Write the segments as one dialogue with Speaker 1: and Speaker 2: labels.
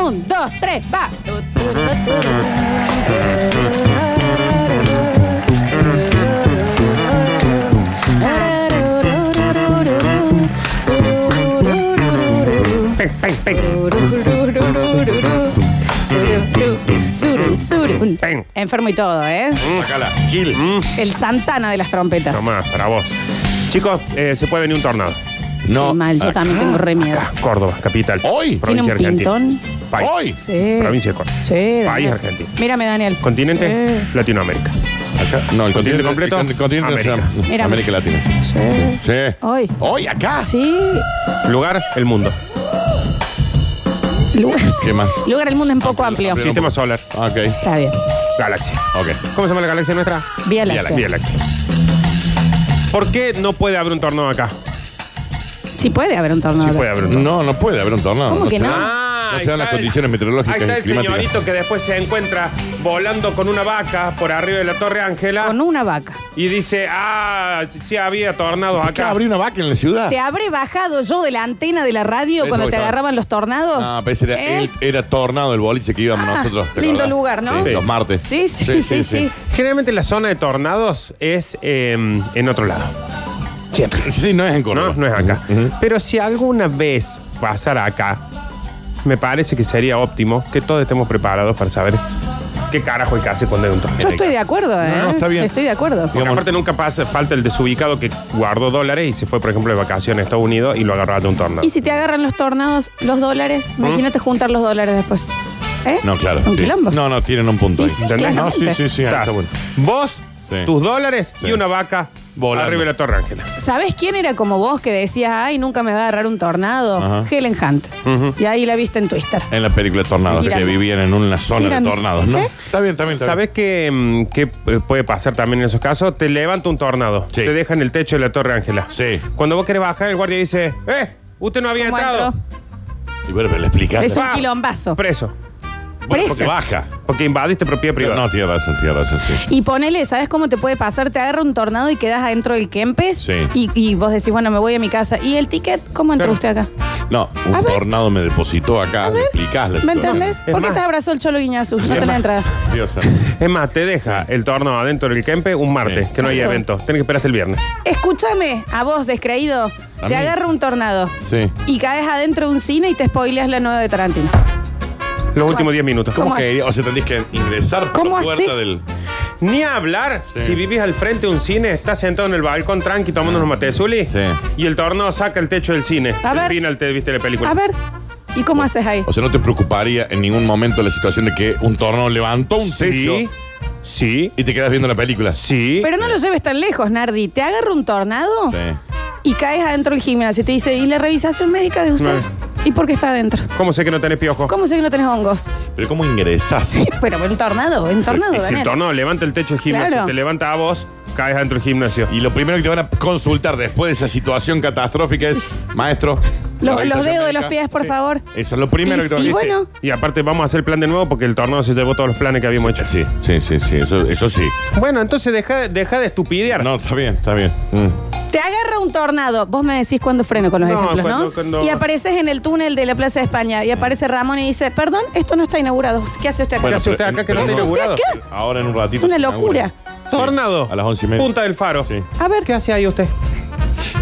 Speaker 1: Un, dos, tres, va.
Speaker 2: Pen, pen, pen.
Speaker 1: Surun, surun.
Speaker 2: Pen.
Speaker 1: Enfermo y todo, ¿eh?
Speaker 2: Mm,
Speaker 3: Sácala, Gil.
Speaker 1: El Santana de las trompetas.
Speaker 2: Tomá, para vos. Chicos, eh, se puede venir un tornado.
Speaker 3: No.
Speaker 1: Mal, yo
Speaker 3: Acá.
Speaker 1: también tengo re miedo.
Speaker 2: Acá, Córdoba, capital.
Speaker 3: Hoy.
Speaker 1: ¿Tiene un
Speaker 2: Provincia argentina.
Speaker 1: pintón?
Speaker 2: País. Eh.
Speaker 3: Hoy.
Speaker 1: Sí.
Speaker 2: Provincia de Córdoba.
Speaker 1: Sí, Daniel.
Speaker 2: argentino.
Speaker 1: Mírame, Daniel.
Speaker 2: Continente,
Speaker 1: Sí.
Speaker 2: Latinoamérica.
Speaker 3: Acá. No, el
Speaker 2: ¿Continente
Speaker 3: continente
Speaker 2: completo?
Speaker 3: el continente
Speaker 2: América.
Speaker 3: nacional.
Speaker 1: Mira.
Speaker 3: América Latina.
Speaker 1: Sí.
Speaker 3: Sí.
Speaker 1: Hoy.
Speaker 3: Hoy, acá.
Speaker 1: Sí.
Speaker 2: Lugar, el mundo.
Speaker 1: Lugar,
Speaker 3: ¿Qué más?
Speaker 1: lugar del mundo es un poco amplio.
Speaker 3: Sí.
Speaker 2: Sistema solar,
Speaker 3: Ok,
Speaker 1: Está bien.
Speaker 2: galaxia.
Speaker 3: ok.
Speaker 2: ¿Cómo se llama la galaxia nuestra?
Speaker 1: Vía
Speaker 2: Vía
Speaker 1: Láctea.
Speaker 2: Láctea. Vía Láctea. ¿Por qué no puede haber un tornado acá?
Speaker 1: Sí puede haber un tornado.
Speaker 2: Sí puede haber un tornado.
Speaker 3: No, no puede haber un tornado.
Speaker 1: ¿Cómo que
Speaker 3: se
Speaker 1: no?
Speaker 3: dan-
Speaker 2: Ah,
Speaker 3: no
Speaker 2: ahí
Speaker 3: se dan
Speaker 2: está
Speaker 3: las
Speaker 2: el-
Speaker 3: condiciones meteorológicas
Speaker 2: Ahí está el
Speaker 3: y climáticas.
Speaker 2: señorito que después se encuentra volando con una vaca por arriba de la Torre Ángela
Speaker 1: Con una vaca.
Speaker 2: y dice, ah, sí había tornados
Speaker 3: Acá
Speaker 2: acá.
Speaker 3: abrió una vaca en la ciudad.
Speaker 1: ¿Te habré bajado yo de la antena de la radio
Speaker 3: Eso
Speaker 1: cuando te
Speaker 3: estaba.
Speaker 1: agarraban los tornados?
Speaker 3: Ah, pues era,
Speaker 1: ¿Eh?
Speaker 3: el- era tornado el boliche que íbamos
Speaker 1: Ah,
Speaker 3: nosotros. ¿te
Speaker 1: lindo
Speaker 3: acordás?
Speaker 1: lugar, ¿no?
Speaker 3: Sí,
Speaker 2: Sí.
Speaker 3: Los martes.
Speaker 1: Sí, sí, sí, sí.
Speaker 2: Generalmente la zona de tornados es eh, en otro lado. Siempre.
Speaker 3: sí. Sí, no es en Córdoba.
Speaker 2: No, no es acá.
Speaker 3: Ujú.
Speaker 2: Pero si alguna vez pasara acá, me parece que sería óptimo que todos estemos preparados para saber qué carajo hay que hacer cuando hay un tornado.
Speaker 1: Yo estoy de acuerdo, ¿eh?
Speaker 3: no, está bien.
Speaker 1: Estoy de acuerdo.
Speaker 2: Porque aparte nunca pasa, falta el desubicado que guardó dólares y se fue, por ejemplo, de vacaciones a Estados Unidos y lo agarraron de un tornado.
Speaker 1: Y si te agarran los tornados, los dólares, imagínate juntar los dólares después. ¿Eh?
Speaker 3: ¿Mm? No, claro.
Speaker 1: Un
Speaker 3: sí.
Speaker 1: quilombo.
Speaker 3: No, no, tienen un punto
Speaker 1: Y
Speaker 3: ahí.
Speaker 1: sí,
Speaker 2: ¿Entendés?
Speaker 3: No, sí, sí, sí. ahí
Speaker 2: Estás
Speaker 3: está bueno.
Speaker 2: Vos,
Speaker 3: Sí.
Speaker 2: tus dólares y
Speaker 3: Sí.
Speaker 2: una vaca
Speaker 3: Volando.
Speaker 2: arriba de la Torre Ángela.
Speaker 1: ¿Sabés quién era como vos que decías, ay, nunca me va a agarrar un tornado?
Speaker 3: Ajá.
Speaker 1: Helen Hunt.
Speaker 2: Ujú.
Speaker 1: Y ahí la viste en Twister.
Speaker 3: En la película Tornados,
Speaker 1: Girando.
Speaker 3: que vivían en una zona
Speaker 1: Girando.
Speaker 3: de tornados, ¿no?
Speaker 1: ¿Qué?
Speaker 3: Está bien, está bien, está bien.
Speaker 2: ¿Sabes qué, mm, qué, eh, puede pasar también en esos casos? Te levanta un tornado,
Speaker 3: Sí.
Speaker 2: te deja en el techo de la Torre Ángela.
Speaker 3: Sí.
Speaker 2: Cuando vos querés bajar, el guardia dice, ¡eh! Usted no había
Speaker 1: ¿Cómo
Speaker 2: entrado.
Speaker 1: entró?
Speaker 3: Y bueno, pero le explicaste.
Speaker 1: Es un
Speaker 2: Pa,
Speaker 1: quilombazo.
Speaker 2: Preso.
Speaker 3: Bueno,
Speaker 1: preso.
Speaker 3: porque baja.
Speaker 2: Porque invadiste propiedad privada.
Speaker 3: No, tiene razón, tiene razón, sí.
Speaker 1: Y ponele, ¿sabes cómo te puede pasar? Te agarra un tornado y quedas adentro del Kempes.
Speaker 3: Sí.
Speaker 1: Y, y vos decís, bueno, me voy a mi casa. ¿Y el ticket? ¿Cómo entró
Speaker 2: Claro.
Speaker 1: usted acá?
Speaker 3: No, un
Speaker 1: A ver.
Speaker 3: tornado me depositó acá. ¿Me explicás la
Speaker 1: ¿Me
Speaker 3: situación?
Speaker 1: entendés?
Speaker 2: Es
Speaker 1: ¿Por qué
Speaker 2: más-
Speaker 1: te abrazó el Cholo Guiñazú? No
Speaker 3: Es
Speaker 1: te la
Speaker 3: más-
Speaker 1: entrada.
Speaker 3: Dios ¿eh? santo.
Speaker 2: Es más, te deja el tornado adentro del Kempe un martes,
Speaker 3: Sí.
Speaker 2: que no hay
Speaker 1: Claro.
Speaker 2: evento. Tienes que esperar hasta el viernes.
Speaker 1: Escúchame, a vos, descreído. te
Speaker 3: A mí.
Speaker 1: agarra un tornado.
Speaker 3: Sí.
Speaker 1: Y caes adentro de un cine y te spoileas la nueva de Tarantino.
Speaker 2: Los últimos 10 minutos.
Speaker 1: ¿Cómo
Speaker 3: ¿Cómo que? O sea, tendrías que ingresar por
Speaker 1: ¿Cómo
Speaker 3: la puerta
Speaker 1: haces?
Speaker 3: del.
Speaker 2: Ni hablar,
Speaker 3: Sí.
Speaker 2: si vivís al frente de un cine, estás sentado en el balcón tranqui tomando unos mates Zuli,
Speaker 3: Sí.
Speaker 2: y el tornado saca el techo del cine.
Speaker 1: A ver.
Speaker 2: Al final te viste la película.
Speaker 1: A ver, ¿y cómo haces ahí?
Speaker 3: O sea, no te preocuparía en ningún momento la situación de que un tornado levantó un techo
Speaker 2: Sí, sí,
Speaker 3: y te quedas viendo la película.
Speaker 2: sí.
Speaker 1: Pero no lo lleves tan lejos, Nardi. Te agarra un tornado
Speaker 3: eh. Sí.
Speaker 1: y caes adentro del gimnasio. Y te dice, ¿y la revisación médica de usted? ¿Y por qué está adentro?
Speaker 2: ¿Cómo sé que no tenés piojo?
Speaker 1: ¿Cómo sé que no tenés hongos?
Speaker 3: Pero ¿cómo ingresas?
Speaker 1: Bueno, un tornado, un tornado,
Speaker 2: Y si el
Speaker 1: Daniel.
Speaker 2: tornado levanta el techo del gimnasio,
Speaker 1: Claro.
Speaker 2: te levanta a vos, caes adentro del gimnasio.
Speaker 3: Y lo primero que te van a consultar después de esa situación catastrófica es, maestro.
Speaker 1: Los-
Speaker 3: la
Speaker 1: los
Speaker 3: habitación
Speaker 1: dedos de
Speaker 3: médica".
Speaker 1: los pies, por favor.
Speaker 3: Eso es lo primero
Speaker 1: Y-
Speaker 3: que te van a
Speaker 1: y
Speaker 3: decir.
Speaker 1: bueno.
Speaker 2: Y aparte vamos a hacer el plan de nuevo porque el tornado se llevó todos los planes que habíamos hecho.
Speaker 3: Sí, sí, sí, sí, eso, eso sí.
Speaker 2: Bueno, entonces deja, deja de estupidear.
Speaker 3: No, está bien, está bien. Mm.
Speaker 1: Te agarra un tornado. Vos me decís cuándo freno con los
Speaker 2: No,
Speaker 1: ejemplos, ¿no?
Speaker 2: cuando- cuando-
Speaker 1: Y apareces en el túnel de la Plaza de España y aparece Ramón y dice, perdón, esto no está inaugurado. ¿Qué hace usted acá?
Speaker 2: Bueno, hace usted
Speaker 3: pero-
Speaker 2: acá que
Speaker 3: pero
Speaker 2: no
Speaker 1: está
Speaker 3: no,
Speaker 1: inaugurado? ¿Qué hace usted
Speaker 3: Ahora en un ratito.
Speaker 1: Una
Speaker 3: se inaugura.
Speaker 1: locura.
Speaker 3: Sí,
Speaker 2: Tornado.
Speaker 3: a las once y media.
Speaker 2: Punta del faro.
Speaker 3: Sí.
Speaker 1: A ver.
Speaker 2: ¿Qué hace ahí usted?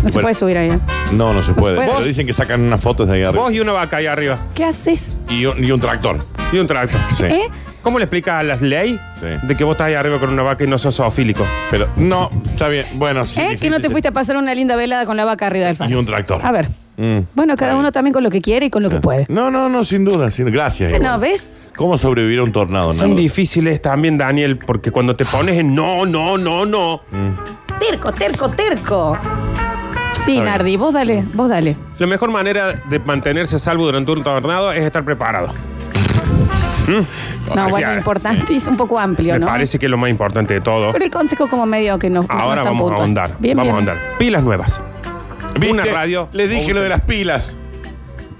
Speaker 1: No se
Speaker 3: Bueno.
Speaker 1: puede subir ahí. ¿eh?
Speaker 3: No, no se puede.
Speaker 1: puede.
Speaker 3: Pero dicen que sacan unas fotos de ahí arriba.
Speaker 2: Vos y una vaca ahí arriba.
Speaker 1: ¿Qué haces?
Speaker 3: Y, un, y un tractor.
Speaker 2: Y un tracto.
Speaker 3: Sí.
Speaker 1: ¿Eh?
Speaker 2: ¿Cómo le explicas a las ley
Speaker 3: Sí.
Speaker 2: de que vos estás ahí arriba con una vaca y no sos zoofílico?
Speaker 3: Pero no, está bien. Bueno, sí.
Speaker 1: ¿Eh? Que
Speaker 3: difícil.
Speaker 1: no te fuiste a pasar una linda velada con la vaca arriba del
Speaker 3: Y
Speaker 1: faro.
Speaker 3: un tractor.
Speaker 1: A ver.
Speaker 3: Mm. Ah.
Speaker 1: Bueno, cada
Speaker 3: Está
Speaker 1: uno también con lo que quiere y con lo que puede.
Speaker 3: No, no, no, sin duda. Sin, gracias.
Speaker 1: No,
Speaker 3: igual.
Speaker 1: ¿ves?
Speaker 3: ¿Cómo sobrevivir a un tornado,
Speaker 2: Son
Speaker 3: Nardo?
Speaker 2: difíciles también, Daniel, porque cuando te pones en no, no, no, no,
Speaker 1: Terco, terco, terco. Sí,
Speaker 3: bien.
Speaker 1: Nardi, vos dale, vos dale.
Speaker 2: la mejor manera de mantenerse a salvo durante un tornado es estar preparado.
Speaker 1: No,
Speaker 2: sí,
Speaker 1: bueno,
Speaker 2: a-
Speaker 1: importante, es un poco amplio,
Speaker 2: Me
Speaker 1: ¿no?
Speaker 2: parece que es lo más importante de todo.
Speaker 1: Pero el consejo como medio que nos
Speaker 2: Ahora vamos a ahondar. vamos a ahondar. Pilas nuevas.
Speaker 3: ¿Viste?
Speaker 2: Una radio.
Speaker 3: Les dije
Speaker 2: Un-
Speaker 3: lo de las pilas.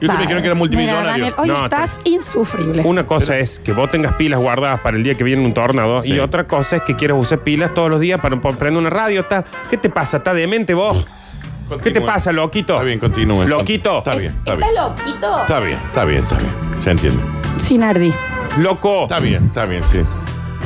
Speaker 3: Y ustedes me dijeron que era multimillonario.
Speaker 1: hoy
Speaker 2: No,
Speaker 1: estás insufrible.
Speaker 2: Una cosa es que vos tengas pilas guardadas para el día que viene un tornado
Speaker 3: Sí.
Speaker 2: y otra cosa es que quieras usar pilas todos los días para, para prender una radio. Está, ¿Qué te pasa? ¿Estás demente vos? ¿Qué te
Speaker 3: Continúen.
Speaker 2: pasa, loquito?
Speaker 3: Está bien, continúe.
Speaker 2: Loquito.
Speaker 3: Está bien, está
Speaker 1: Eh, ¿Estás
Speaker 3: bien.
Speaker 1: loquito?
Speaker 3: Está bien, está bien, está bien. Se entiende.
Speaker 1: Sinardi.
Speaker 2: Loco,
Speaker 3: Está bien, está bien, sí.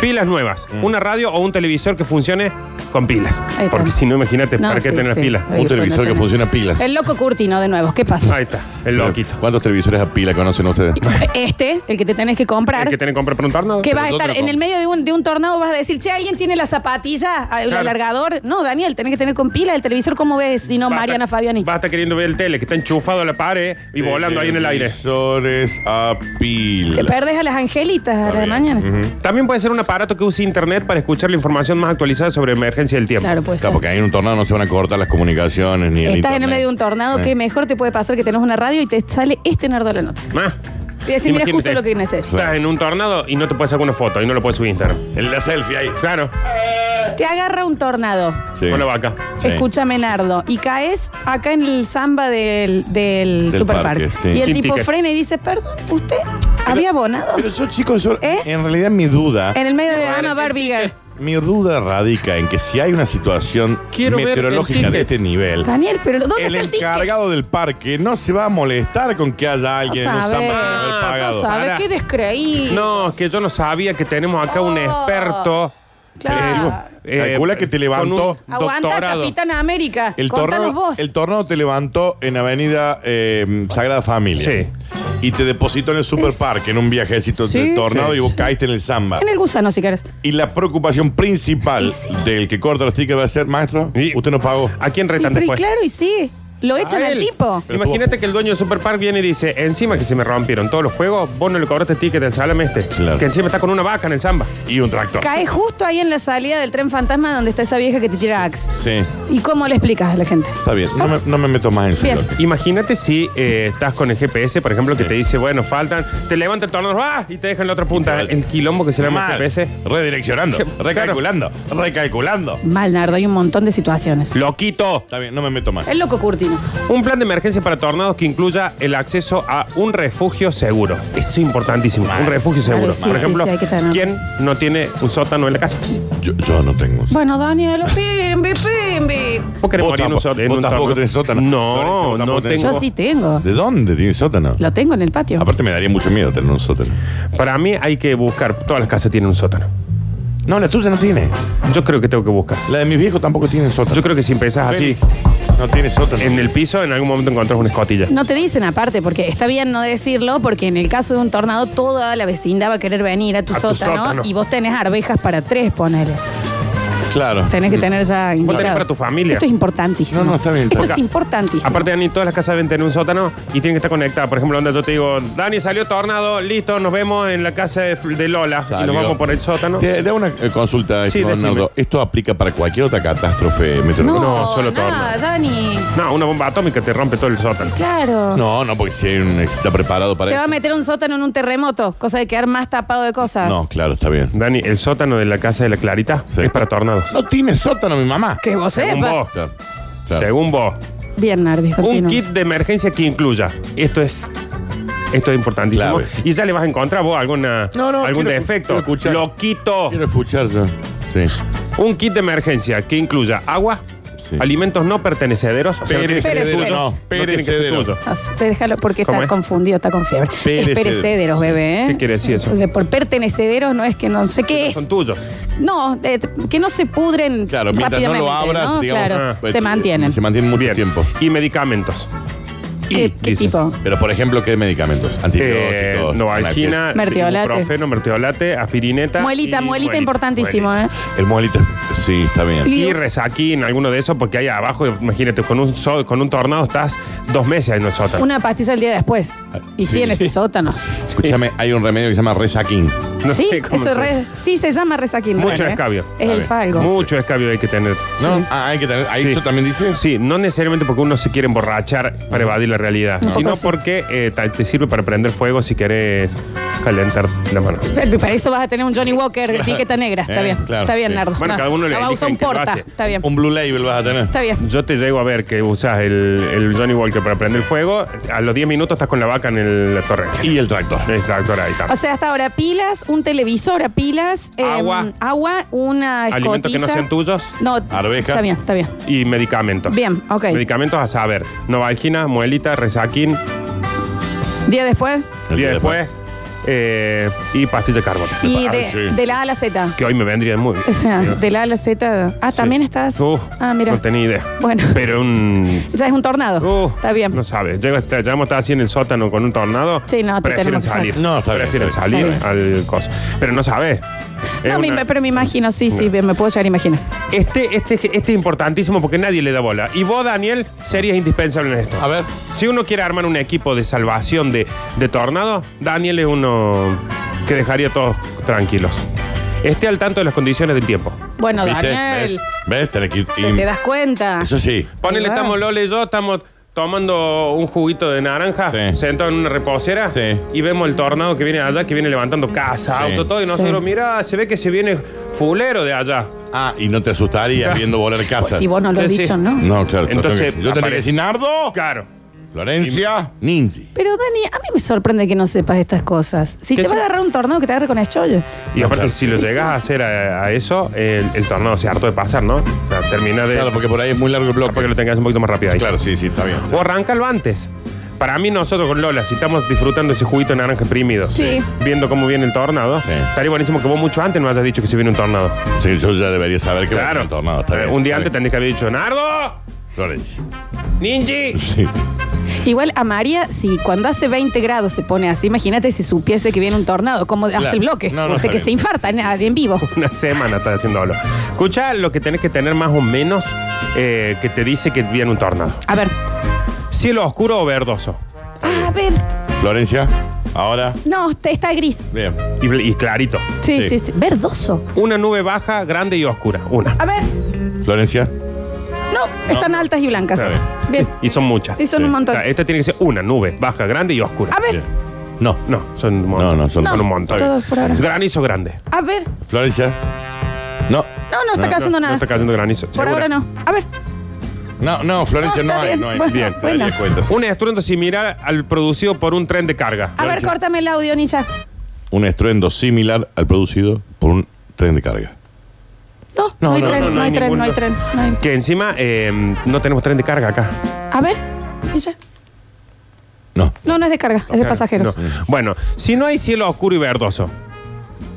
Speaker 2: pilas nuevas. Una radio o un televisor que funcione con pilas.
Speaker 1: está.
Speaker 2: Porque si no, imagínate,
Speaker 1: No,
Speaker 2: ¿para qué
Speaker 1: sí,
Speaker 2: tener
Speaker 1: sí.
Speaker 2: pilas?
Speaker 1: Ahí
Speaker 3: Un televisor
Speaker 1: cuando
Speaker 3: que
Speaker 1: tenés-
Speaker 3: funciona a pilas.
Speaker 1: El loco Curtino, de nuevo. ¿Qué pasa?
Speaker 2: Ahí está, el loquito.
Speaker 3: ¿Cuántos televisores a pila conocen ustedes?
Speaker 1: Este, el que te tenés que comprar.
Speaker 2: El que tiene que comprar por un tornado.
Speaker 1: Que
Speaker 3: Pero
Speaker 1: vas a
Speaker 3: ¿dónde
Speaker 1: estar
Speaker 3: lo
Speaker 1: en el
Speaker 3: compras?
Speaker 1: medio de un, de un tornado, vas a decir, che, ¿alguien tiene la zapatilla? ¿El
Speaker 2: Claro.
Speaker 1: alargador? No, Daniel, tenés que tener con pila el televisor, ¿cómo ves? Si no,
Speaker 2: Basta-
Speaker 1: Mariana Fabiani.
Speaker 2: Basta queriendo ver el tele, que está enchufado a la pared y volando ahí en el aire.
Speaker 3: Televisores a
Speaker 1: Te
Speaker 3: pila.
Speaker 1: perdés a las angelitas a la de mañana.
Speaker 2: También puede ser un aparato que use internet para escuchar la información más actualizada sobre emergencia del tiempo.
Speaker 1: Claro, pues.
Speaker 3: Está, porque ahí en un tornado no se van a cortar las comunicaciones ni el
Speaker 1: Estás en el
Speaker 3: internet.
Speaker 1: medio de un tornado,
Speaker 3: Sí.
Speaker 1: que mejor te puede pasar que tenés una radio y te sale este nerdo a la nota.
Speaker 2: Más.
Speaker 1: Y decir, mira,
Speaker 2: Imagínate,
Speaker 1: justo lo que necesito.
Speaker 2: Estás en un tornado y no te puedes sacar una foto y no lo puedes subir a Instagram.
Speaker 3: En la selfie ahí.
Speaker 2: Claro,
Speaker 1: Te agarra un tornado.
Speaker 3: Sí.
Speaker 2: con la vaca.
Speaker 3: Sí.
Speaker 1: Escúchame, Nardo. Y caes acá en el samba del, del,
Speaker 3: Del
Speaker 1: superparque.
Speaker 3: parque, sí.
Speaker 1: Y el
Speaker 2: Sin
Speaker 1: tipo
Speaker 2: ticket.
Speaker 1: frena y dice, perdón, ¿usted había abonado?
Speaker 3: Pero yo, chicos, yo,
Speaker 1: ¿Eh?
Speaker 3: en realidad mi duda,
Speaker 1: en el medio de Ana Barbiger.
Speaker 3: mi duda radica en que si hay una situación
Speaker 2: Quiero ver el
Speaker 3: meteorológica
Speaker 2: ticket.
Speaker 3: de este nivel,
Speaker 1: Daniel, pero ¿dónde
Speaker 3: el
Speaker 1: está el ticket?
Speaker 3: encargado del parque no se va a molestar con que haya alguien en un
Speaker 1: sabe.
Speaker 3: samba sin haber
Speaker 2: Ah,
Speaker 1: No
Speaker 3: pagado.
Speaker 1: sabes
Speaker 2: Pará.
Speaker 1: qué descreí.
Speaker 2: No, es que yo no sabía que tenemos acá un experto. eh,
Speaker 3: Pero si vos
Speaker 1: Claro.
Speaker 3: calcula que te levantó.
Speaker 2: con un
Speaker 1: Aguanta,
Speaker 2: doctorado.
Speaker 1: Capitán América.
Speaker 3: El
Speaker 1: Contanos
Speaker 3: tornado,
Speaker 1: vos.
Speaker 3: el tornado te levantó en Avenida eh, Sagrada Familia.
Speaker 2: Sí.
Speaker 3: Y te depositó en el superparque en un viajecito
Speaker 1: Sí.
Speaker 3: del tornado
Speaker 2: Sí.
Speaker 3: y vos caíste en el samba.
Speaker 1: En el gusano, si querés.
Speaker 3: Y la preocupación principal
Speaker 1: Y sí.
Speaker 3: del que corta los tickets va a ser, maestro,
Speaker 2: Y-
Speaker 3: usted no pagó.
Speaker 2: ¿A quién
Speaker 1: Y,
Speaker 2: retan
Speaker 1: pero y
Speaker 2: después?
Speaker 1: claro, y sí. Lo
Speaker 2: A
Speaker 1: echan al
Speaker 2: él.
Speaker 1: tipo.
Speaker 3: Pero
Speaker 2: Imagínate que el dueño de Superpark viene y dice, encima que se me rompieron todos los juegos, vos no le cobraste ticket del salame este.
Speaker 3: Claro.
Speaker 2: Que encima está con una vaca en el samba.
Speaker 3: Y un tractor.
Speaker 1: Cae justo ahí en la salida del tren fantasma donde está esa vieja que te tira axe.
Speaker 3: Sí,
Speaker 1: ¿Y cómo le explicas a la gente?
Speaker 3: está bien. No me, no me meto más en su
Speaker 1: Bien.
Speaker 3: lote.
Speaker 2: Imagínate si eh, estás con el GPS, por ejemplo, que
Speaker 3: Sí.
Speaker 2: te dice, bueno, faltan, te levanta el tornado ¡ah! y te deja en la otra punta.
Speaker 3: Mal.
Speaker 2: El quilombo que se llama
Speaker 3: Mal.
Speaker 2: el GPS.
Speaker 3: Redireccionando,
Speaker 2: Claro.
Speaker 3: recalculando, recalculando.
Speaker 1: Mal, Nardo, hay un montón de situaciones.
Speaker 2: Loquito.
Speaker 3: Está bien, no me meto más.
Speaker 1: El loco Curtino.
Speaker 2: Un plan de emergencia para tornados que incluya el acceso a un refugio seguro. Eso es importantísimo.
Speaker 3: Mal.
Speaker 2: Un refugio seguro.
Speaker 1: Mal. Sí,
Speaker 2: por
Speaker 1: sí,
Speaker 2: ejemplo,
Speaker 1: sí, hay que tener.
Speaker 2: ¿quién no tiene un sótano en la casa?
Speaker 3: Yo, yo no tengo.
Speaker 1: Bueno, Daniel, pimbi, pimbi.
Speaker 2: ¿Vos querés
Speaker 3: Vos
Speaker 2: morir en un,
Speaker 3: tampoco-
Speaker 2: sótano? en
Speaker 3: vos
Speaker 2: un
Speaker 3: tampoco
Speaker 2: tornado?
Speaker 3: tenés sótano. Florencia,
Speaker 2: No,
Speaker 3: vos
Speaker 2: no
Speaker 3: tampoco tenés
Speaker 1: Yo
Speaker 2: tengo.
Speaker 1: sí tengo.
Speaker 3: ¿De dónde tiene sótano?
Speaker 1: Lo tengo en el patio.
Speaker 3: Aparte me daría mucho miedo tener un sótano.
Speaker 2: Para mí hay que buscar. Todas las casas tienen un sótano.
Speaker 3: No, la tuya no tiene.
Speaker 2: Yo creo que tengo que buscar.
Speaker 3: La de mis viejos tampoco tiene sótano.
Speaker 2: Yo creo que si empezás así,
Speaker 3: Félix, No tiene sótano.
Speaker 2: en el piso, en algún momento encontrás una escotilla.
Speaker 1: No te dicen aparte, porque está bien no decirlo, porque en el caso de un tornado toda la vecindad va a querer venir a tu,
Speaker 2: A tu
Speaker 1: sótano,
Speaker 2: sótano.
Speaker 1: y vos tenés arvejas para tres, ponele.
Speaker 3: Claro.
Speaker 1: Tenés que tener ya integrado.
Speaker 2: para tu familia.
Speaker 1: Esto es importantísimo.
Speaker 3: No, no, está bien, está
Speaker 1: Esto
Speaker 2: bien.
Speaker 1: es importantísimo.
Speaker 2: Aparte, Dani, todas las casas deben tener un sótano y tienen que estar conectadas. Por ejemplo, onda, yo te digo, Dani, salió tornado, listo, nos vemos en la casa de, de Lola y nos
Speaker 3: Salió.
Speaker 2: vamos por el sótano.
Speaker 3: Te da una eh, consulta,
Speaker 2: Sí,
Speaker 3: estimado
Speaker 2: decime.
Speaker 3: Nardo. ¿Esto aplica para cualquier otra catástrofe meteorológica?
Speaker 2: no, solo
Speaker 1: nada, Dani.
Speaker 2: No, una bomba atómica te rompe todo el sótano.
Speaker 1: Claro.
Speaker 3: No, no, porque si hay un, está preparado para
Speaker 1: Te va a
Speaker 3: eso.
Speaker 1: meter un sótano en un terremoto, cosa de quedar más tapado de cosas.
Speaker 3: No, claro, está bien.
Speaker 2: Dani, el sótano de la casa de la Clarita
Speaker 3: Sí.
Speaker 2: es para tornados.
Speaker 3: No tiene sótano mi mamá.
Speaker 1: Que vos
Speaker 2: Según
Speaker 1: sepas.
Speaker 2: vos.
Speaker 3: Claro, claro.
Speaker 2: Según vos.
Speaker 1: Bien, Nardi,
Speaker 2: Un
Speaker 1: continúa.
Speaker 2: kit de emergencia que incluya. Esto es. Esto es importantísimo.
Speaker 3: Clave.
Speaker 2: Y ya le vas a encontrar vos alguna,
Speaker 3: No, no,
Speaker 2: algún
Speaker 3: quiero- quiero
Speaker 2: defecto.
Speaker 3: escuchar.
Speaker 2: Loquito.
Speaker 3: Quiero escuchar yo. Sí.
Speaker 2: Un kit de emergencia que incluya agua,
Speaker 3: Sí.
Speaker 2: alimentos no pertenecederos. o sea, no tiene que ser
Speaker 3: Perecedero,
Speaker 2: tuyo,
Speaker 3: no,
Speaker 2: tiene que ser
Speaker 3: perecedero.
Speaker 2: tuyo.
Speaker 1: No sé, déjalo porque
Speaker 2: ¿Cómo
Speaker 1: está
Speaker 2: es?
Speaker 1: confundido, está con fiebre.
Speaker 3: Perecederos.
Speaker 1: Es perecederos, bebé. ¿eh?
Speaker 2: ¿Qué quiere decir eso?
Speaker 1: Porque Por pertenecederos no es que no sé qué es.
Speaker 2: Son tuyos.
Speaker 1: No, eh, que no se pudren
Speaker 3: Claro, mientras no
Speaker 1: rápidamente.
Speaker 3: lo abras,
Speaker 1: ¿no?
Speaker 3: digamos,
Speaker 1: Claro,
Speaker 2: ah,
Speaker 3: eh,
Speaker 1: se mantienen.
Speaker 3: Se mantienen mucho
Speaker 2: Bien.
Speaker 3: tiempo.
Speaker 2: Y medicamentos.
Speaker 1: ¿Qué, Eh, qué
Speaker 2: dice.
Speaker 1: tipo?
Speaker 3: Pero, por ejemplo, ¿qué medicamentos?
Speaker 2: Eh,
Speaker 3: Antibióticos.
Speaker 2: Novalgina,
Speaker 1: Mertiolate.
Speaker 2: ibuprofeno, mertiolate, aspirineta.
Speaker 1: Muelita,
Speaker 2: y
Speaker 1: muelita importantísimo,
Speaker 2: muelita.
Speaker 1: ¿eh?
Speaker 3: El molita. Sí, está bien.
Speaker 2: Y resaquín, alguno de esos, porque ahí abajo, imagínate, con un, so- con un tornado estás dos meses en el sótano.
Speaker 1: Una pastilla el día después.
Speaker 2: Ah,
Speaker 1: Y
Speaker 3: Sí.
Speaker 1: sí, en ese sótano.
Speaker 3: Escúchame, hay un remedio que se llama Resaquín.
Speaker 2: No
Speaker 1: sí,
Speaker 2: sé cómo
Speaker 1: eso es
Speaker 2: se-
Speaker 1: re- sí, se llama resaquín.
Speaker 2: Mucho
Speaker 1: Bueno, ¿eh?
Speaker 2: escabio.
Speaker 1: Es
Speaker 3: Está
Speaker 1: el
Speaker 3: bien.
Speaker 1: falgo.
Speaker 2: Mucho escabio hay que tener.
Speaker 3: No, ah, hay que tener. Ahí
Speaker 2: Sí.
Speaker 3: eso también dice.
Speaker 2: Sí, no necesariamente porque uno se quiere emborrachar para evadir la realidad,
Speaker 1: No. pues
Speaker 2: sino
Speaker 1: Sí.
Speaker 2: porque eh, ta- te sirve para prender fuego si querés calentar la mano.
Speaker 1: Pero Para eso vas a tener un Johnny Walker de etiqueta negra. Está
Speaker 3: Eh,
Speaker 1: bien.
Speaker 3: claro,
Speaker 1: está bien,
Speaker 3: sí.
Speaker 1: Nardo.
Speaker 2: Bueno,
Speaker 1: No,
Speaker 2: cada uno le
Speaker 1: la va a usar
Speaker 2: eligen
Speaker 1: un
Speaker 2: qué lo
Speaker 1: porta.
Speaker 2: hace.
Speaker 1: Está bien.
Speaker 3: Un blue label vas a tener.
Speaker 1: Está bien.
Speaker 2: Yo te llego a ver que usas el, el Johnny Walker para prender fuego, a los 10 minutos estás con la vaca en el, la torre.
Speaker 3: Y el tractor.
Speaker 2: El tractor ahí está.
Speaker 1: O sea, hasta ahora pilas, un televisor a pilas, eh,
Speaker 2: Agua.
Speaker 1: agua, una escotilla.
Speaker 2: Alimentos que no sean tuyos
Speaker 1: No,
Speaker 3: Arvejas.
Speaker 1: Está bien, está bien.
Speaker 2: y medicamentos.
Speaker 1: Bien, ok.
Speaker 2: Medicamentos a saber. Novalgina, muelita, resaquín,
Speaker 1: Día después,
Speaker 3: El
Speaker 2: y
Speaker 3: día
Speaker 2: después eh, y pastilla de carbón.
Speaker 1: Y de,
Speaker 3: sí.
Speaker 1: de la A a la Z.
Speaker 2: Que hoy me vendrían muy bien.
Speaker 1: O sea, de la A a la Z. Ah, también
Speaker 2: Sí. Uh,
Speaker 1: estás.
Speaker 2: Uf,
Speaker 1: ah, mira.
Speaker 2: No tenía idea.
Speaker 1: Bueno.
Speaker 2: Pero un.
Speaker 1: Ya es un tornado.
Speaker 2: Uh,
Speaker 1: Está bien.
Speaker 2: No sabe. Llega, te- llegamos, está así en el sótano con un tornado.
Speaker 1: Sí, no, te
Speaker 2: Prefieren
Speaker 1: tenemos que
Speaker 2: salir.
Speaker 3: sacar. No, está bien,
Speaker 2: Prefieren
Speaker 3: está
Speaker 1: bien.
Speaker 2: salir al coso. Pero no sabe. Es
Speaker 1: No, me-
Speaker 2: una-
Speaker 1: pero me imagino, sí, sí, bien, me puedo llegar a imaginar.
Speaker 2: Este, este, este es importantísimo porque nadie le da bola. Y vos, Daniel, serías indispensable en esto.
Speaker 3: A ver.
Speaker 2: Si uno quiere armar un equipo de salvación de, de tornado, Daniel es uno que dejaría a todos tranquilos. Esté al tanto de las condiciones del tiempo.
Speaker 1: Bueno,
Speaker 3: ¿Viste?
Speaker 1: Daniel,
Speaker 3: ¿Ves? ¿Ves? Tenés que ir-
Speaker 1: ¿te, te das cuenta?
Speaker 3: Eso sí.
Speaker 2: Ponele,
Speaker 1: Y bueno.
Speaker 2: estamos Lola y yo, estamos tomando un juguito de naranja,
Speaker 3: Sí.
Speaker 2: sentados en una reposera,
Speaker 3: Sí.
Speaker 2: y vemos el tornado que viene de allá, que viene levantando casa,
Speaker 3: Sí.
Speaker 2: auto, todo, y nosotros,
Speaker 1: Sí.
Speaker 2: mira, se ve que se viene fulero de allá.
Speaker 3: Ah, y no te asustarías viendo volar casa.
Speaker 1: Pues, Si vos no lo has
Speaker 2: Sí, sí.
Speaker 1: dicho, ¿no?
Speaker 3: No, claro. yo
Speaker 2: Entonces,
Speaker 3: tengo que- yo tendría
Speaker 2: aparece-
Speaker 3: que decir Nardo,
Speaker 2: Claro.
Speaker 3: Florencia, Ninji.
Speaker 1: Pero Dani, a mí me sorprende que no sepas estas cosas. Si
Speaker 2: ¿Qué
Speaker 1: te va a
Speaker 2: se-
Speaker 1: agarrar un tornado que te agarre con eschollo.
Speaker 2: Y
Speaker 3: No,
Speaker 2: aparte,
Speaker 3: claro.
Speaker 2: si lo
Speaker 1: Sí,
Speaker 2: llegas
Speaker 1: sí.
Speaker 2: a hacer a, a eso, el, el tornado se harto de pasar, ¿no? O sea, termina de.
Speaker 3: Claro,
Speaker 2: Claro,
Speaker 3: porque por ahí es muy largo el
Speaker 2: porque
Speaker 3: bloque.
Speaker 2: lo tengas un poquito más rápido ahí.
Speaker 3: Claro, sí, sí, está bien.
Speaker 2: O arrancalo antes. Para mí, nosotros con Lola, si estamos disfrutando ese juguito de naranja imprimido,
Speaker 1: Sí.
Speaker 2: viendo cómo viene el tornado,
Speaker 3: Sí.
Speaker 2: estaría buenísimo que vos mucho antes no hayas dicho que se viene un tornado.
Speaker 3: Sí, yo ya debería saber que va a haber
Speaker 2: Claro.
Speaker 3: un tornado. Está
Speaker 2: Eh,
Speaker 3: bien,
Speaker 2: un día
Speaker 3: está
Speaker 2: antes
Speaker 3: bien.
Speaker 2: tendrías que haber dicho, Nardo,
Speaker 3: Florencia.
Speaker 2: Ninji.
Speaker 3: Sí.
Speaker 1: Igual a María, si cuando hace 20 grados se pone así, imagínate si supiese que viene un tornado, como hace
Speaker 3: Claro.
Speaker 1: el bloque.
Speaker 3: No, no,
Speaker 1: o sea,
Speaker 3: está
Speaker 1: que
Speaker 3: bien.
Speaker 1: se infarta en, en vivo.
Speaker 2: Una semana estás haciéndolo. Escucha lo que tenés que tener más o menos eh, que te dice que viene un tornado.
Speaker 1: A ver.
Speaker 2: Cielo oscuro o verdoso.
Speaker 1: Ah, A ver.
Speaker 3: Florencia, ahora.
Speaker 1: No, te- está gris.
Speaker 3: Bien.
Speaker 2: Y, bl- y clarito.
Speaker 1: Sí, sí,
Speaker 3: Sí.
Speaker 1: sí, Verdoso.
Speaker 2: Una nube baja, grande y oscura. Una.
Speaker 1: A ver.
Speaker 3: Florencia.
Speaker 1: No, están altas y blancas.
Speaker 3: Está bien.
Speaker 1: Bien.
Speaker 2: Y son muchas.
Speaker 1: Sí, son un montón.
Speaker 2: Claro, Esta tiene que ser una nube baja, grande y oscura.
Speaker 1: A ver.
Speaker 3: Bien. No.
Speaker 2: No, son un
Speaker 3: No,
Speaker 2: montón.
Speaker 3: no, son-
Speaker 1: No,
Speaker 2: son un montón.
Speaker 1: todos por ahora.
Speaker 2: Granizo grande.
Speaker 1: A ver.
Speaker 3: Florencia. No.
Speaker 1: No, no está
Speaker 3: No,
Speaker 1: cayendo
Speaker 2: no,
Speaker 1: nada.
Speaker 2: No está cayendo granizo.
Speaker 1: por
Speaker 2: ¿Segura?
Speaker 1: ahora no. A ver.
Speaker 3: No, no, Florencia,
Speaker 1: No,
Speaker 3: no,
Speaker 1: está
Speaker 3: hay,
Speaker 1: bien.
Speaker 3: no hay.
Speaker 1: Bueno,
Speaker 3: bien,
Speaker 1: bueno.
Speaker 3: nadie cuenta.
Speaker 2: Un estruendo similar al producido por un tren de carga.
Speaker 1: A ver,
Speaker 3: sí.
Speaker 1: córtame el audio, Nisha.
Speaker 3: Un estruendo similar al producido por un tren de carga.
Speaker 1: No, no, hay
Speaker 3: no,
Speaker 1: tren,
Speaker 3: no,
Speaker 1: no,
Speaker 3: no
Speaker 1: hay,
Speaker 2: hay
Speaker 1: tren, no hay
Speaker 2: ninguno.
Speaker 1: tren, no hay-
Speaker 2: Que encima eh, no tenemos tren de carga acá.
Speaker 1: A ver, Nisha.
Speaker 3: No.
Speaker 1: No, no es de carga, es de pasajeros.
Speaker 2: No. Bueno, si no hay cielo oscuro y verdoso,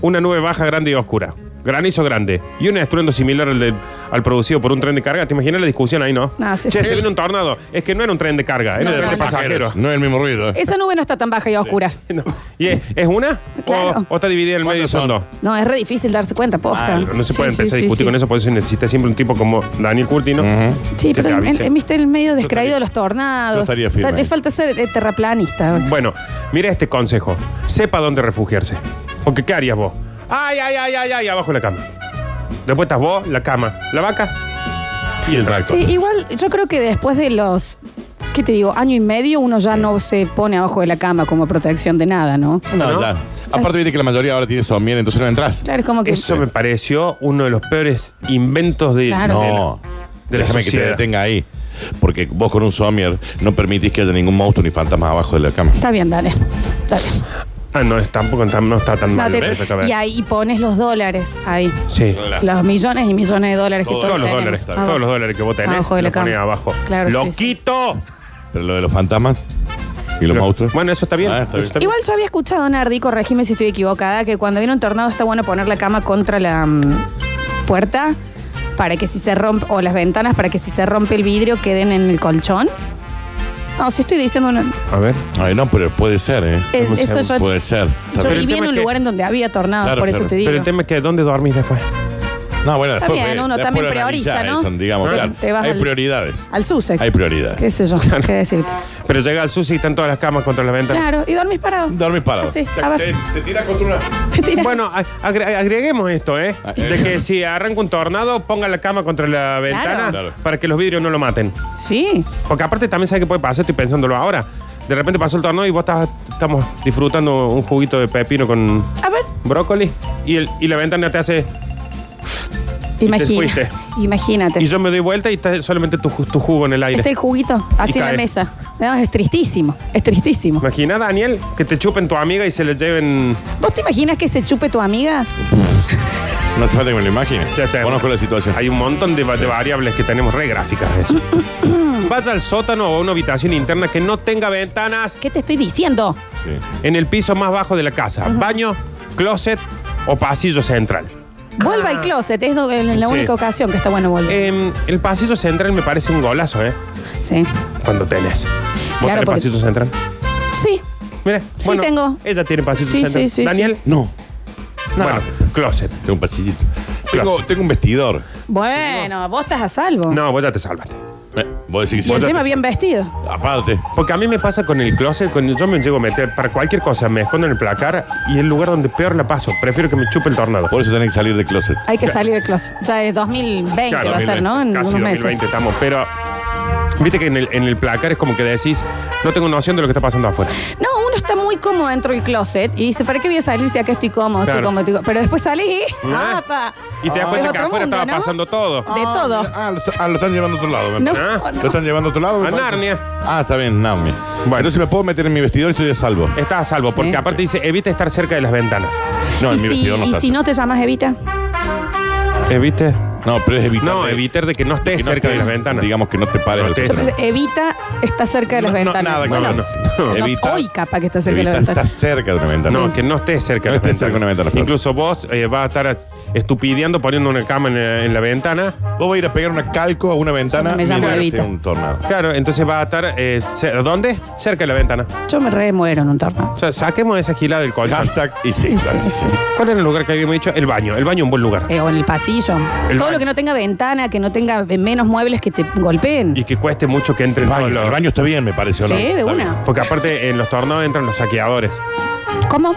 Speaker 2: una nube baja, grande y oscura, granizo grande y un estruendo similar al, de- al producido por un tren de carga, ¿te imaginas la discusión ahí, no?
Speaker 1: No, Ah, sí,
Speaker 2: Che,
Speaker 1: sí.
Speaker 2: se viene un tornado. Es que no era un tren de carga, era
Speaker 1: No,
Speaker 2: de
Speaker 1: no,
Speaker 2: tres
Speaker 1: no.
Speaker 2: pasajeros.
Speaker 3: No es el mismo ruido. ¿eh?
Speaker 1: Esa nube no está tan baja y oscura.
Speaker 2: No. ¿Y es, es una?
Speaker 1: Claro.
Speaker 2: O, o está dividida en el medio y
Speaker 3: ¿Cuántos
Speaker 2: son
Speaker 3: son?
Speaker 2: dos?
Speaker 1: No, es re difícil darse cuenta, posta.
Speaker 2: Ah, no se
Speaker 1: Sí,
Speaker 2: puede
Speaker 1: sí,
Speaker 2: empezar a
Speaker 1: sí,
Speaker 2: discutir
Speaker 1: sí.
Speaker 2: con eso, por eso se necesita siempre un tipo como Daniel Curtino.
Speaker 1: Sí,
Speaker 2: que te
Speaker 1: pero en-
Speaker 2: avise.
Speaker 1: en- viste el medio descreído
Speaker 3: estaría-
Speaker 1: de los tornados.
Speaker 3: yo estaría firme
Speaker 1: O sea, le
Speaker 3: ahí.
Speaker 1: falta ser eh, terraplanista.
Speaker 2: Bueno, mira este consejo. Sepa dónde refugiarse. Porque ¿qué harías vos? Ay, ay, ay, ay, ay, abajo de la cama. Después estás vos, la cama, la vaca.
Speaker 3: Y el tracto.
Speaker 1: Sí, igual yo creo que después de los, ¿qué te digo? Año y medio uno ya no se pone abajo de la cama como protección de nada, ¿no?
Speaker 3: No,
Speaker 2: ¿No?
Speaker 3: ya. Aparte, viste que la mayoría ahora tiene somier, entonces no entras.
Speaker 1: Claro, es como que...
Speaker 2: Eso me pareció uno de los peores inventos de...
Speaker 1: Claro.
Speaker 2: de la-
Speaker 3: No.
Speaker 2: de la
Speaker 3: Déjame que te
Speaker 2: sociedad.
Speaker 3: detenga ahí. Porque vos con un somier no permitís que haya ningún monstruo ni fantasma abajo de la cama.
Speaker 1: Está bien, dale. dale.
Speaker 2: Ah, no, es tampoco tan- no está tan
Speaker 1: No,
Speaker 2: mal.
Speaker 1: te-
Speaker 2: lo que se acaba de-
Speaker 1: y ahí pones los dólares ahí.
Speaker 2: Sí.
Speaker 1: Los millones y millones de dólares
Speaker 3: Todos
Speaker 1: que
Speaker 2: Todos los
Speaker 1: tenemos.
Speaker 2: dólares,
Speaker 1: Abajo.
Speaker 2: todos los dólares que vos tenés,
Speaker 1: Abajo de la
Speaker 2: los ponés
Speaker 1: cama.
Speaker 2: abajo.
Speaker 1: Claro, sí,
Speaker 2: ¡Lo
Speaker 1: sí, sí.
Speaker 2: quito!
Speaker 3: Pero lo de los fantasmas y los
Speaker 2: Lo-
Speaker 3: monstruos.
Speaker 2: Bueno, eso está bien.
Speaker 3: Ah, está bien.
Speaker 2: Eso está bien.
Speaker 1: Igual yo había escuchado, Nardi, corregime si estoy equivocada, que cuando viene un tornado está bueno poner la cama contra la mm, puerta para que si se rompe, o las ventanas, para que si se rompe el vidrio queden en el colchón. No, si estoy diciendo una-
Speaker 2: A ver.
Speaker 3: Ay, no, pero puede ser, ¿eh?
Speaker 1: eh,
Speaker 2: Hemos-
Speaker 1: eso yo,
Speaker 3: Puede ser.
Speaker 1: yo
Speaker 2: Pero el
Speaker 1: viví
Speaker 2: tema
Speaker 1: en
Speaker 2: es
Speaker 1: un
Speaker 2: que-
Speaker 1: lugar en donde había tornados,
Speaker 3: Claro,
Speaker 1: por eso
Speaker 3: claro.
Speaker 1: te digo.
Speaker 2: Pero el tema es que ¿dónde dormís después?
Speaker 3: No, bueno, después.
Speaker 1: bien,
Speaker 3: ve-
Speaker 1: uno
Speaker 3: después
Speaker 1: también
Speaker 3: lo
Speaker 1: prioriza,
Speaker 3: analizás,
Speaker 1: ¿no?
Speaker 3: eso, digamos,
Speaker 1: Porque
Speaker 3: claro.
Speaker 1: te vas
Speaker 3: Hay
Speaker 1: al-
Speaker 3: prioridades.
Speaker 1: Al SUSEC.
Speaker 3: Hay prioridades.
Speaker 1: Qué sé yo, qué decirte.
Speaker 2: Pero llega el sushi y están todas las camas contra las ventanas.
Speaker 1: Claro, y dormís parado. Ah,
Speaker 3: Dormís parado.
Speaker 1: Sí,
Speaker 3: Te-
Speaker 1: a ver.
Speaker 3: te, te tiras contra una.
Speaker 1: Te tirás.
Speaker 2: Bueno, a- agre- agreguemos esto, ¿eh?
Speaker 3: Ah,
Speaker 2: De
Speaker 3: eh.
Speaker 2: que si arranca un tornado, ponga la cama contra la ventana
Speaker 3: Claro.
Speaker 2: para que los vidrios no lo maten.
Speaker 1: sí.
Speaker 2: Porque aparte también sabe que puede pasar, estoy pensándolo ahora. De repente pasó el tornado y vos estás, estamos disfrutando un juguito de pepino con
Speaker 1: A ver,
Speaker 2: brócoli y, el- y la ventana te hace...
Speaker 1: imagínate.
Speaker 2: fuiste.
Speaker 1: Imagínate.
Speaker 2: Y yo me doy vuelta y está solamente tu, ju- tu jugo en el aire.
Speaker 1: Está el juguito así
Speaker 2: Y
Speaker 1: en la
Speaker 2: cae.
Speaker 1: mesa. No, es tristísimo, es tristísimo.
Speaker 2: Imagina, Daniel, que te chupen tu amiga y se le lleven...
Speaker 1: ¿Vos te imaginas que se chupe tu amiga?
Speaker 3: No hace falta que me lo imagine.
Speaker 2: Ya está.
Speaker 3: Conozco la situación.
Speaker 2: Hay un montón de, va- de variables que tenemos re gráficas. de eso. Vaya al sótano o a una habitación interna que no tenga ventanas
Speaker 1: ¿Qué te estoy diciendo?
Speaker 3: Sí.
Speaker 2: en el piso más bajo de la casa. Baño, closet o pasillo central.
Speaker 1: Vuelva al closet, es do- en la
Speaker 2: Sí.
Speaker 1: única ocasión que está bueno volver.
Speaker 2: Em, el pasillo central me parece un golazo, ¿eh?
Speaker 1: sí.
Speaker 2: Cuando tenés. ¿Vos
Speaker 1: Claro,
Speaker 2: tenés
Speaker 1: porque-
Speaker 2: pasillo central?
Speaker 1: Sí.
Speaker 2: Mira,
Speaker 1: Sí,
Speaker 2: bueno,
Speaker 1: tengo.
Speaker 2: ella tiene pasillo
Speaker 1: Sí,
Speaker 2: central.
Speaker 1: sí, sí,
Speaker 2: Daniel,
Speaker 3: No. No.
Speaker 2: bueno, closet.
Speaker 3: Tengo un pasillito. Tengo, tengo un vestidor.
Speaker 1: Bueno, vos estás a salvo.
Speaker 2: No, vos ya te salvaste.
Speaker 3: Eh, Voy a decir que
Speaker 1: Y
Speaker 3: sí.
Speaker 1: encima bien vestido.
Speaker 3: Aparte.
Speaker 2: Porque a mí me pasa con el closet, cuando yo me llego a meter para cualquier cosa, me escondo en el placar y el lugar donde peor la paso. Prefiero que me chupe el tornado.
Speaker 3: Por eso tenés que salir del closet.
Speaker 1: Hay que salir del closet. Ya es 2020
Speaker 2: Claro,
Speaker 1: va a ser, ¿no? En
Speaker 2: Casi
Speaker 1: unos
Speaker 2: 2020
Speaker 1: meses.
Speaker 2: estamos, pero viste que en el, en el placar es como que decís, no tengo noción de lo que está pasando afuera.
Speaker 1: No, uno está muy cómodo dentro del closet y dice, ¿para qué voy a salir si acá estoy cómodo? Estoy
Speaker 2: Claro.
Speaker 1: cómodo, estoy cómodo? Pero después salís y...
Speaker 2: ¿Ah?
Speaker 1: ¡apa!
Speaker 2: Y te das
Speaker 1: Oh, Es
Speaker 2: cuenta que
Speaker 1: otro
Speaker 2: afuera
Speaker 1: mundo,
Speaker 2: estaba
Speaker 1: ¿no? Oh.
Speaker 2: pasando todo.
Speaker 1: De todo.
Speaker 3: Ah, lo, está- ah, lo están llevando a otro lado. me
Speaker 1: No,
Speaker 2: ¿Ah?
Speaker 1: no.
Speaker 3: ¿Lo están llevando a otro lado? me
Speaker 2: A
Speaker 3: parece?
Speaker 2: Narnia.
Speaker 3: Ah, está bien, Narnia.
Speaker 2: Bueno.
Speaker 3: Entonces me puedo meter en mi vestidor y estoy a salvo.
Speaker 1: Eh,
Speaker 2: Estás a salvo,
Speaker 1: Sí.
Speaker 2: porque aparte dice, evita estar cerca de las ventanas.
Speaker 3: No,
Speaker 1: y
Speaker 3: en mi
Speaker 1: si,
Speaker 3: vestidor no
Speaker 1: y
Speaker 3: está.
Speaker 1: si no te llamas Evita,
Speaker 2: ¿Evite?
Speaker 3: No, pero es evitar.
Speaker 2: No, evitar de que no estés
Speaker 3: que no
Speaker 2: cerca de
Speaker 3: estés,
Speaker 2: las ventanas.
Speaker 3: Digamos que no te pares
Speaker 2: No
Speaker 3: al
Speaker 2: estés-
Speaker 3: costado.
Speaker 1: entonces Evita está cerca de las
Speaker 3: No, no,
Speaker 1: ventanas.
Speaker 3: nada,
Speaker 1: Bueno,
Speaker 2: no, no, no.
Speaker 1: no,
Speaker 3: Evita-
Speaker 1: hoy capaz que está cerca
Speaker 3: Evita
Speaker 1: de las
Speaker 3: está
Speaker 1: ventanas.
Speaker 3: cerca de una ventana.
Speaker 2: No, que no estés cerca.
Speaker 3: No
Speaker 2: de las
Speaker 3: estés cerca de una ventana, Flor.
Speaker 2: Incluso vos eh, vas a estar estupideando poniendo una cama en, eh, en la ventana.
Speaker 3: Vos vas a ir a pegar una calco a una ventana
Speaker 1: Sí, me
Speaker 3: y
Speaker 1: llamo
Speaker 3: luego
Speaker 1: Evita.
Speaker 3: tenés un tornado.
Speaker 2: Claro, entonces vas a estar... eh, cer- ¿Dónde? Cerca de la ventana.
Speaker 1: Yo me re muero en un torno.
Speaker 2: O sea, saquemos esa gilada del colchón.
Speaker 3: Hashtag y sí, claro,
Speaker 1: Sí,
Speaker 3: sí.
Speaker 2: ¿Cuál era el lugar que habíamos dicho? El baño. El baño es un buen lugar.
Speaker 1: Eh, o en el pasillo.
Speaker 2: El
Speaker 1: todo
Speaker 2: baño.
Speaker 1: lo que no tenga ventana, que no tenga eh, menos muebles que te golpeen.
Speaker 2: Y que cueste mucho que entren
Speaker 3: El
Speaker 2: todos
Speaker 3: baño,
Speaker 2: los-
Speaker 3: el baño está bien, me parece, ¿o
Speaker 1: sí,
Speaker 3: no?
Speaker 1: de
Speaker 3: Está
Speaker 1: una.
Speaker 2: Porque aparte en los torneos entran los saqueadores.
Speaker 1: ¿Cómo?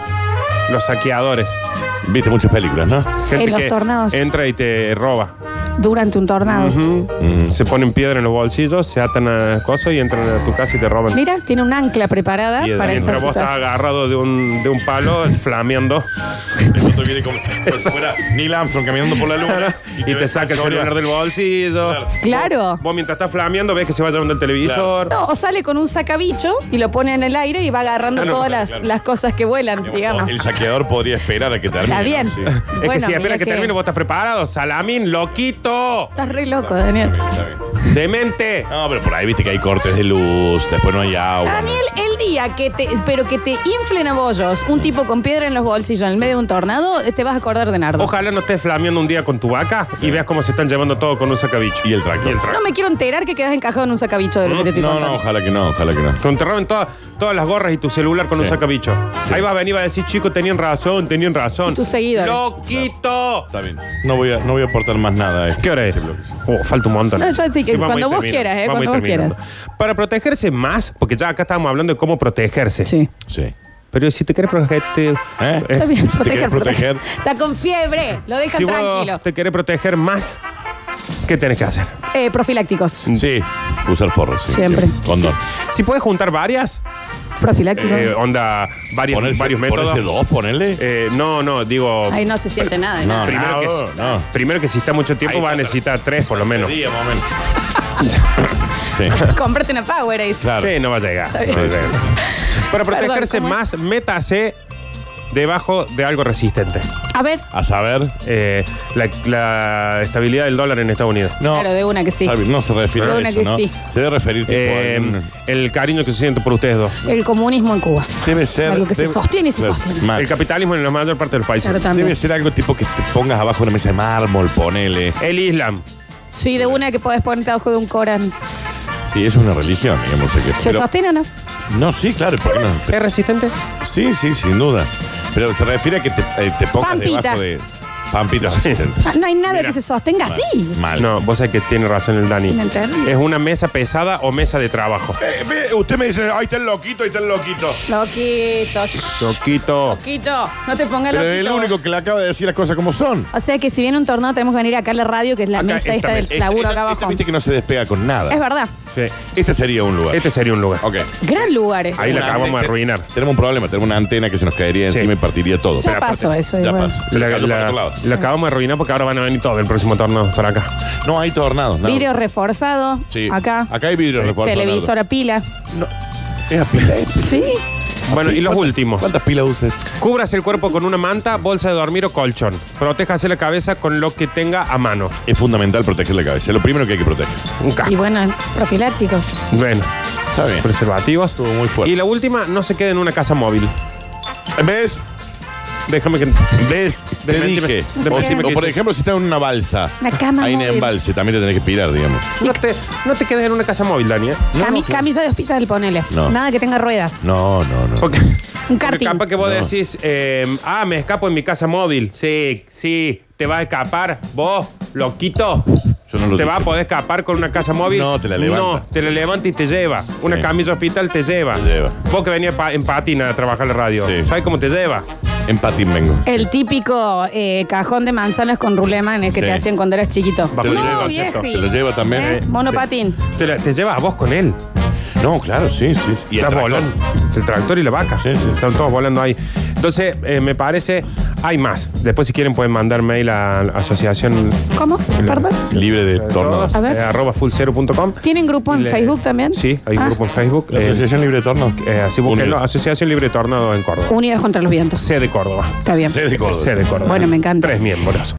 Speaker 2: Los saqueadores.
Speaker 3: bien. Viste muchas películas, ¿no?
Speaker 2: Gente
Speaker 1: En los
Speaker 2: que
Speaker 1: tornados.
Speaker 2: entra y te roba.
Speaker 1: Durante un tornado.
Speaker 2: Ujú.
Speaker 3: Mm.
Speaker 2: Se ponen piedra en los bolsillos, se atan a cosas y entran a tu casa y te roban.
Speaker 1: Mira, tiene un ancla preparada
Speaker 3: Piedra.
Speaker 1: para esta
Speaker 2: Mientras vos estás
Speaker 1: situación.
Speaker 2: agarrado de un, de un palo, flameando,
Speaker 3: El otro viene como si fuera Neil Armstrong caminando por la luna.
Speaker 2: y te saca el celular del bolsillo.
Speaker 3: Claro.
Speaker 1: Claro.
Speaker 2: Vos mientras estás flameando ves que se va llevando el televisor.
Speaker 1: No, o sale con un sacabicho y lo pone en el aire y va agarrando
Speaker 2: Ah, no,
Speaker 1: todas
Speaker 3: claro,
Speaker 1: las,
Speaker 3: claro.
Speaker 1: las cosas que vuelan, digamos.
Speaker 3: El saqueador podría esperar a que termine.
Speaker 1: Está bien.
Speaker 3: ¿no? Sí.
Speaker 2: Es que
Speaker 1: Bueno,
Speaker 2: si espera
Speaker 1: mira
Speaker 2: que, termine, vos estás preparado. Salamín, loquito,
Speaker 1: Estás re loco, Daniel.
Speaker 3: Está bien.
Speaker 2: demente.
Speaker 3: No, pero por ahí viste que hay cortes de luz, después no hay agua.
Speaker 1: Daniel, el día que te, pero que te inflen a bollos un tipo con piedra en los bolsillos en el medio de un tornado, eh, te vas a acordar de Nardo.
Speaker 2: Ojalá no estés flameando un día con tu vaca y veas cómo se están llevando todo con un sacabicho.
Speaker 3: Y el tractor.
Speaker 1: No me quiero enterar que quedas encajado en un sacabicho de lo que te estoy
Speaker 3: ¿Mm? No, no,
Speaker 1: contando.
Speaker 3: ojalá que no, ojalá que no.
Speaker 2: Con te roben toda- todas las gorras y tu celular con
Speaker 3: Sí.
Speaker 2: un sacabicho.
Speaker 3: Sí.
Speaker 2: Ahí va a venir va a decir, chicos, tenían razón, tenían razón.
Speaker 1: Y tus seguidores.
Speaker 2: ¡Loquito!
Speaker 3: Está bien. No voy a, no voy a aportar más nada. a esto.
Speaker 2: ¿Qué hora es?
Speaker 3: Este bloque.
Speaker 2: Oh, falta un montón.
Speaker 1: No, yo sí que
Speaker 2: vamos
Speaker 1: cuando
Speaker 2: a ir
Speaker 1: vos
Speaker 2: terminando,
Speaker 1: quieras, eh,
Speaker 2: vamos a ir
Speaker 1: cuando vos
Speaker 2: terminando. Para protegerse más, porque ya acá estábamos hablando de cómo protegerse.
Speaker 1: Sí.
Speaker 3: Sí.
Speaker 2: Pero si te querés protegerte...
Speaker 3: ¿Eh?
Speaker 1: Está bien,
Speaker 3: Si Eh, te
Speaker 1: proteger,
Speaker 3: querés proteger.
Speaker 1: proteger. Está con fiebre, lo dejan
Speaker 2: Si vos
Speaker 1: tranquilo.
Speaker 2: te querés proteger más, ¿qué tenés que hacer?
Speaker 1: Eh, profilácticos.
Speaker 2: Mm.
Speaker 3: Sí. Usar forros. sí,
Speaker 1: Siempre.
Speaker 3: sí. Condón.
Speaker 2: Si puedes juntar varias,
Speaker 1: Profilácticos.
Speaker 2: eh,
Speaker 3: oh.
Speaker 2: onda, varias-
Speaker 3: Ponerse,
Speaker 2: varios métodos.
Speaker 3: ponerse dos, ponerle.
Speaker 2: Eh, no, no, digo...
Speaker 1: Ahí no se siente nada.
Speaker 3: no,
Speaker 1: nada.
Speaker 2: Primero,
Speaker 3: Ah,
Speaker 2: que,
Speaker 3: oh,
Speaker 2: si-
Speaker 3: no.
Speaker 2: primero que si está mucho tiempo
Speaker 3: Ahí
Speaker 2: va a
Speaker 3: está,
Speaker 2: necesitar tres por lo menos.
Speaker 3: Este Día, más o menos. sí,
Speaker 1: Cómprate una Power
Speaker 3: claro.
Speaker 2: Sí, no va a llegar.
Speaker 1: Está bien.
Speaker 2: No va a llegar. Para protegerse
Speaker 1: ¿cómo es?
Speaker 2: más, métase debajo de algo resistente.
Speaker 1: A ver.
Speaker 3: A saber.
Speaker 2: Eh, la, la estabilidad del dólar en Estados Unidos.
Speaker 3: No.
Speaker 1: Claro, de una que sí.
Speaker 3: Está bien, No se refiere
Speaker 1: De
Speaker 3: a
Speaker 1: una
Speaker 3: eso,
Speaker 1: que
Speaker 3: ¿no?
Speaker 1: sí.
Speaker 3: Se debe referir tipo, a
Speaker 2: Eh,
Speaker 3: un-
Speaker 2: el cariño que se siente por ustedes dos.
Speaker 1: El comunismo en Cuba.
Speaker 3: Debe ser.
Speaker 1: Algo que se
Speaker 3: debe-
Speaker 1: sostiene y se
Speaker 3: Claro,
Speaker 1: sostiene.
Speaker 3: mal.
Speaker 2: El capitalismo en la mayor parte del país.
Speaker 1: Claro, también.
Speaker 3: Debe ser algo tipo que te pongas abajo de una mesa de mármol, ponele.
Speaker 2: El Islam.
Speaker 1: Sí, de una que podés ponerte abajo de un Corán.
Speaker 3: Sí, es una religión, digamos. sé que-
Speaker 1: ¿Se
Speaker 3: pero-
Speaker 1: sostiene o no?
Speaker 3: no, sí, claro. ¿por qué no?
Speaker 2: ¿Es resistente?
Speaker 3: Sí, sí, sin duda. Pero se refiere a que te, eh, te pongas
Speaker 1: Pampita.
Speaker 3: debajo de. Pampitas
Speaker 1: Ah, No hay nada
Speaker 2: Mira.
Speaker 1: que se sostenga así.
Speaker 3: Mal.
Speaker 2: No, vos sabés que tiene razón el Dani.
Speaker 1: Sin entrar.
Speaker 2: Es una mesa pesada o mesa de trabajo.
Speaker 3: Eh, ve, usted me dice, ahí está el loquito, ahí está el loquito.
Speaker 1: Loquito. shh,
Speaker 2: Loquito.
Speaker 1: Loquito. No te pongas
Speaker 3: Pero
Speaker 1: loquito.
Speaker 3: es el único que le acaba de decir las cosas como son.
Speaker 1: O sea que si viene un tornado tenemos que venir acá a la radio, que es la
Speaker 2: Acá,
Speaker 1: mesa
Speaker 2: esta
Speaker 1: esta del
Speaker 2: mesa.
Speaker 1: laburo
Speaker 3: Esta-
Speaker 1: acá
Speaker 3: esta
Speaker 1: abajo.
Speaker 3: Viste que no se despega con nada.
Speaker 1: Es verdad.
Speaker 2: Sí.
Speaker 3: Este sería un lugar.
Speaker 2: Este sería un lugar.
Speaker 3: Ok.
Speaker 1: Gran lugar este.
Speaker 2: Ahí la
Speaker 3: Una
Speaker 2: acabamos de
Speaker 3: antena-
Speaker 2: arruinar.
Speaker 3: Tenemos un problema, tenemos una antena que se nos caería
Speaker 2: Sí.
Speaker 3: encima y partiría todo.
Speaker 1: Ya
Speaker 3: Pero aparte-
Speaker 1: pasó eso,
Speaker 3: Ya
Speaker 1: igual.
Speaker 3: pasó. Se
Speaker 2: La,
Speaker 3: cayó para
Speaker 2: la-
Speaker 3: otro lado.
Speaker 2: la acabamos de arruinar porque ahora van a venir todos el próximo torneo para acá.
Speaker 3: No, hay tornados. nada.
Speaker 1: Vidrio reforzado.
Speaker 3: Sí.
Speaker 1: Acá.
Speaker 3: Acá hay vidrio reforzado.
Speaker 1: Televisor a pila.
Speaker 3: Nardo. Es a pila.
Speaker 1: Sí.
Speaker 2: Bueno, y los
Speaker 3: ¿Cuántas-
Speaker 2: últimos.
Speaker 3: ¿Cuántas pilas uses?
Speaker 2: Cúbrase el cuerpo con una manta, bolsa de dormir o colchón. Protéjase la cabeza con lo que tenga a mano.
Speaker 3: Es fundamental proteger la cabeza. Es lo primero que hay que proteger.
Speaker 2: Un
Speaker 3: Ah.
Speaker 2: casco.
Speaker 1: Y bueno, profilácticos.
Speaker 2: Bueno,
Speaker 3: Está bien.
Speaker 2: preservativos.
Speaker 3: Estuvo muy fuerte.
Speaker 2: Y la última, no se quede en una casa móvil.
Speaker 3: ¿Ves?
Speaker 2: Déjame que.
Speaker 3: ¿Ves? Te
Speaker 2: Dementime.
Speaker 3: dije. O,
Speaker 2: Dementime
Speaker 3: si-
Speaker 2: que
Speaker 3: o por
Speaker 2: hice-
Speaker 3: ejemplo, si estás en una balsa.
Speaker 1: Una cama
Speaker 3: Ahí en
Speaker 1: móvil.
Speaker 3: embalse también te tenés que pirar, digamos.
Speaker 2: No te, no te quedes en una casa móvil, Dani. ¿eh?
Speaker 1: Cami- camisa de hospital, ponele.
Speaker 3: No.
Speaker 1: Nada que tenga ruedas.
Speaker 3: No, no, no.
Speaker 2: Porque,
Speaker 1: Un
Speaker 2: porque
Speaker 1: karting.
Speaker 2: capaz que vos
Speaker 3: No.
Speaker 2: decís, eh, ah, me escapo en mi casa móvil. Sí, sí, te vas a escapar. Vos, loquito.
Speaker 3: Yo no lo
Speaker 2: te
Speaker 3: dije.
Speaker 2: vas a poder escapar con una casa móvil.
Speaker 3: No, te la levanta.
Speaker 2: No, te la levanta y te lleva. Una
Speaker 3: Sí.
Speaker 2: camisa hospital te lleva.
Speaker 3: Te lleva.
Speaker 2: Vos que venías pa- en patina a trabajar la radio.
Speaker 3: Sí.
Speaker 2: ¿Sabes cómo te lleva?
Speaker 3: En patín vengo.
Speaker 1: El típico eh, cajón de manzanas con rulemanes que
Speaker 3: Sí.
Speaker 1: te hacían cuando eras chiquito.
Speaker 2: Bajo el
Speaker 1: no,
Speaker 2: concepto.
Speaker 1: vieji.
Speaker 3: Te lo lleva también.
Speaker 1: ¿Eh?
Speaker 3: Sí.
Speaker 1: Monopatín.
Speaker 2: Te, la- te lleva a vos con él.
Speaker 3: No, claro, sí, sí. sí. Y el
Speaker 2: Estás
Speaker 3: tractor.
Speaker 2: volando. El tractor y la vaca.
Speaker 3: Sí, sí.
Speaker 2: Están todos volando ahí. Entonces, eh, me parece, hay más. Después, si quieren, pueden mandar mail a la asociación.
Speaker 1: ¿Cómo? ¿Perdón?
Speaker 3: Libre de tornos.
Speaker 1: A ver.
Speaker 2: Eh, arroba fullcero.com.
Speaker 1: ¿Tienen grupo en
Speaker 2: Le-
Speaker 1: Facebook también?
Speaker 2: Sí, hay un
Speaker 1: Ah,
Speaker 2: grupo en Facebook.
Speaker 3: ¿La
Speaker 2: eh,
Speaker 3: Asociación Libre de Tornos?
Speaker 2: eh, así búsquenlo. Asociación Libre Tornado en Córdoba.
Speaker 1: Unidos contra los vientos.
Speaker 2: C de Córdoba.
Speaker 1: Está bien.
Speaker 3: Sede Córdoba.
Speaker 2: C de Córdoba.
Speaker 1: Bueno, me encanta.
Speaker 2: Tres miembros.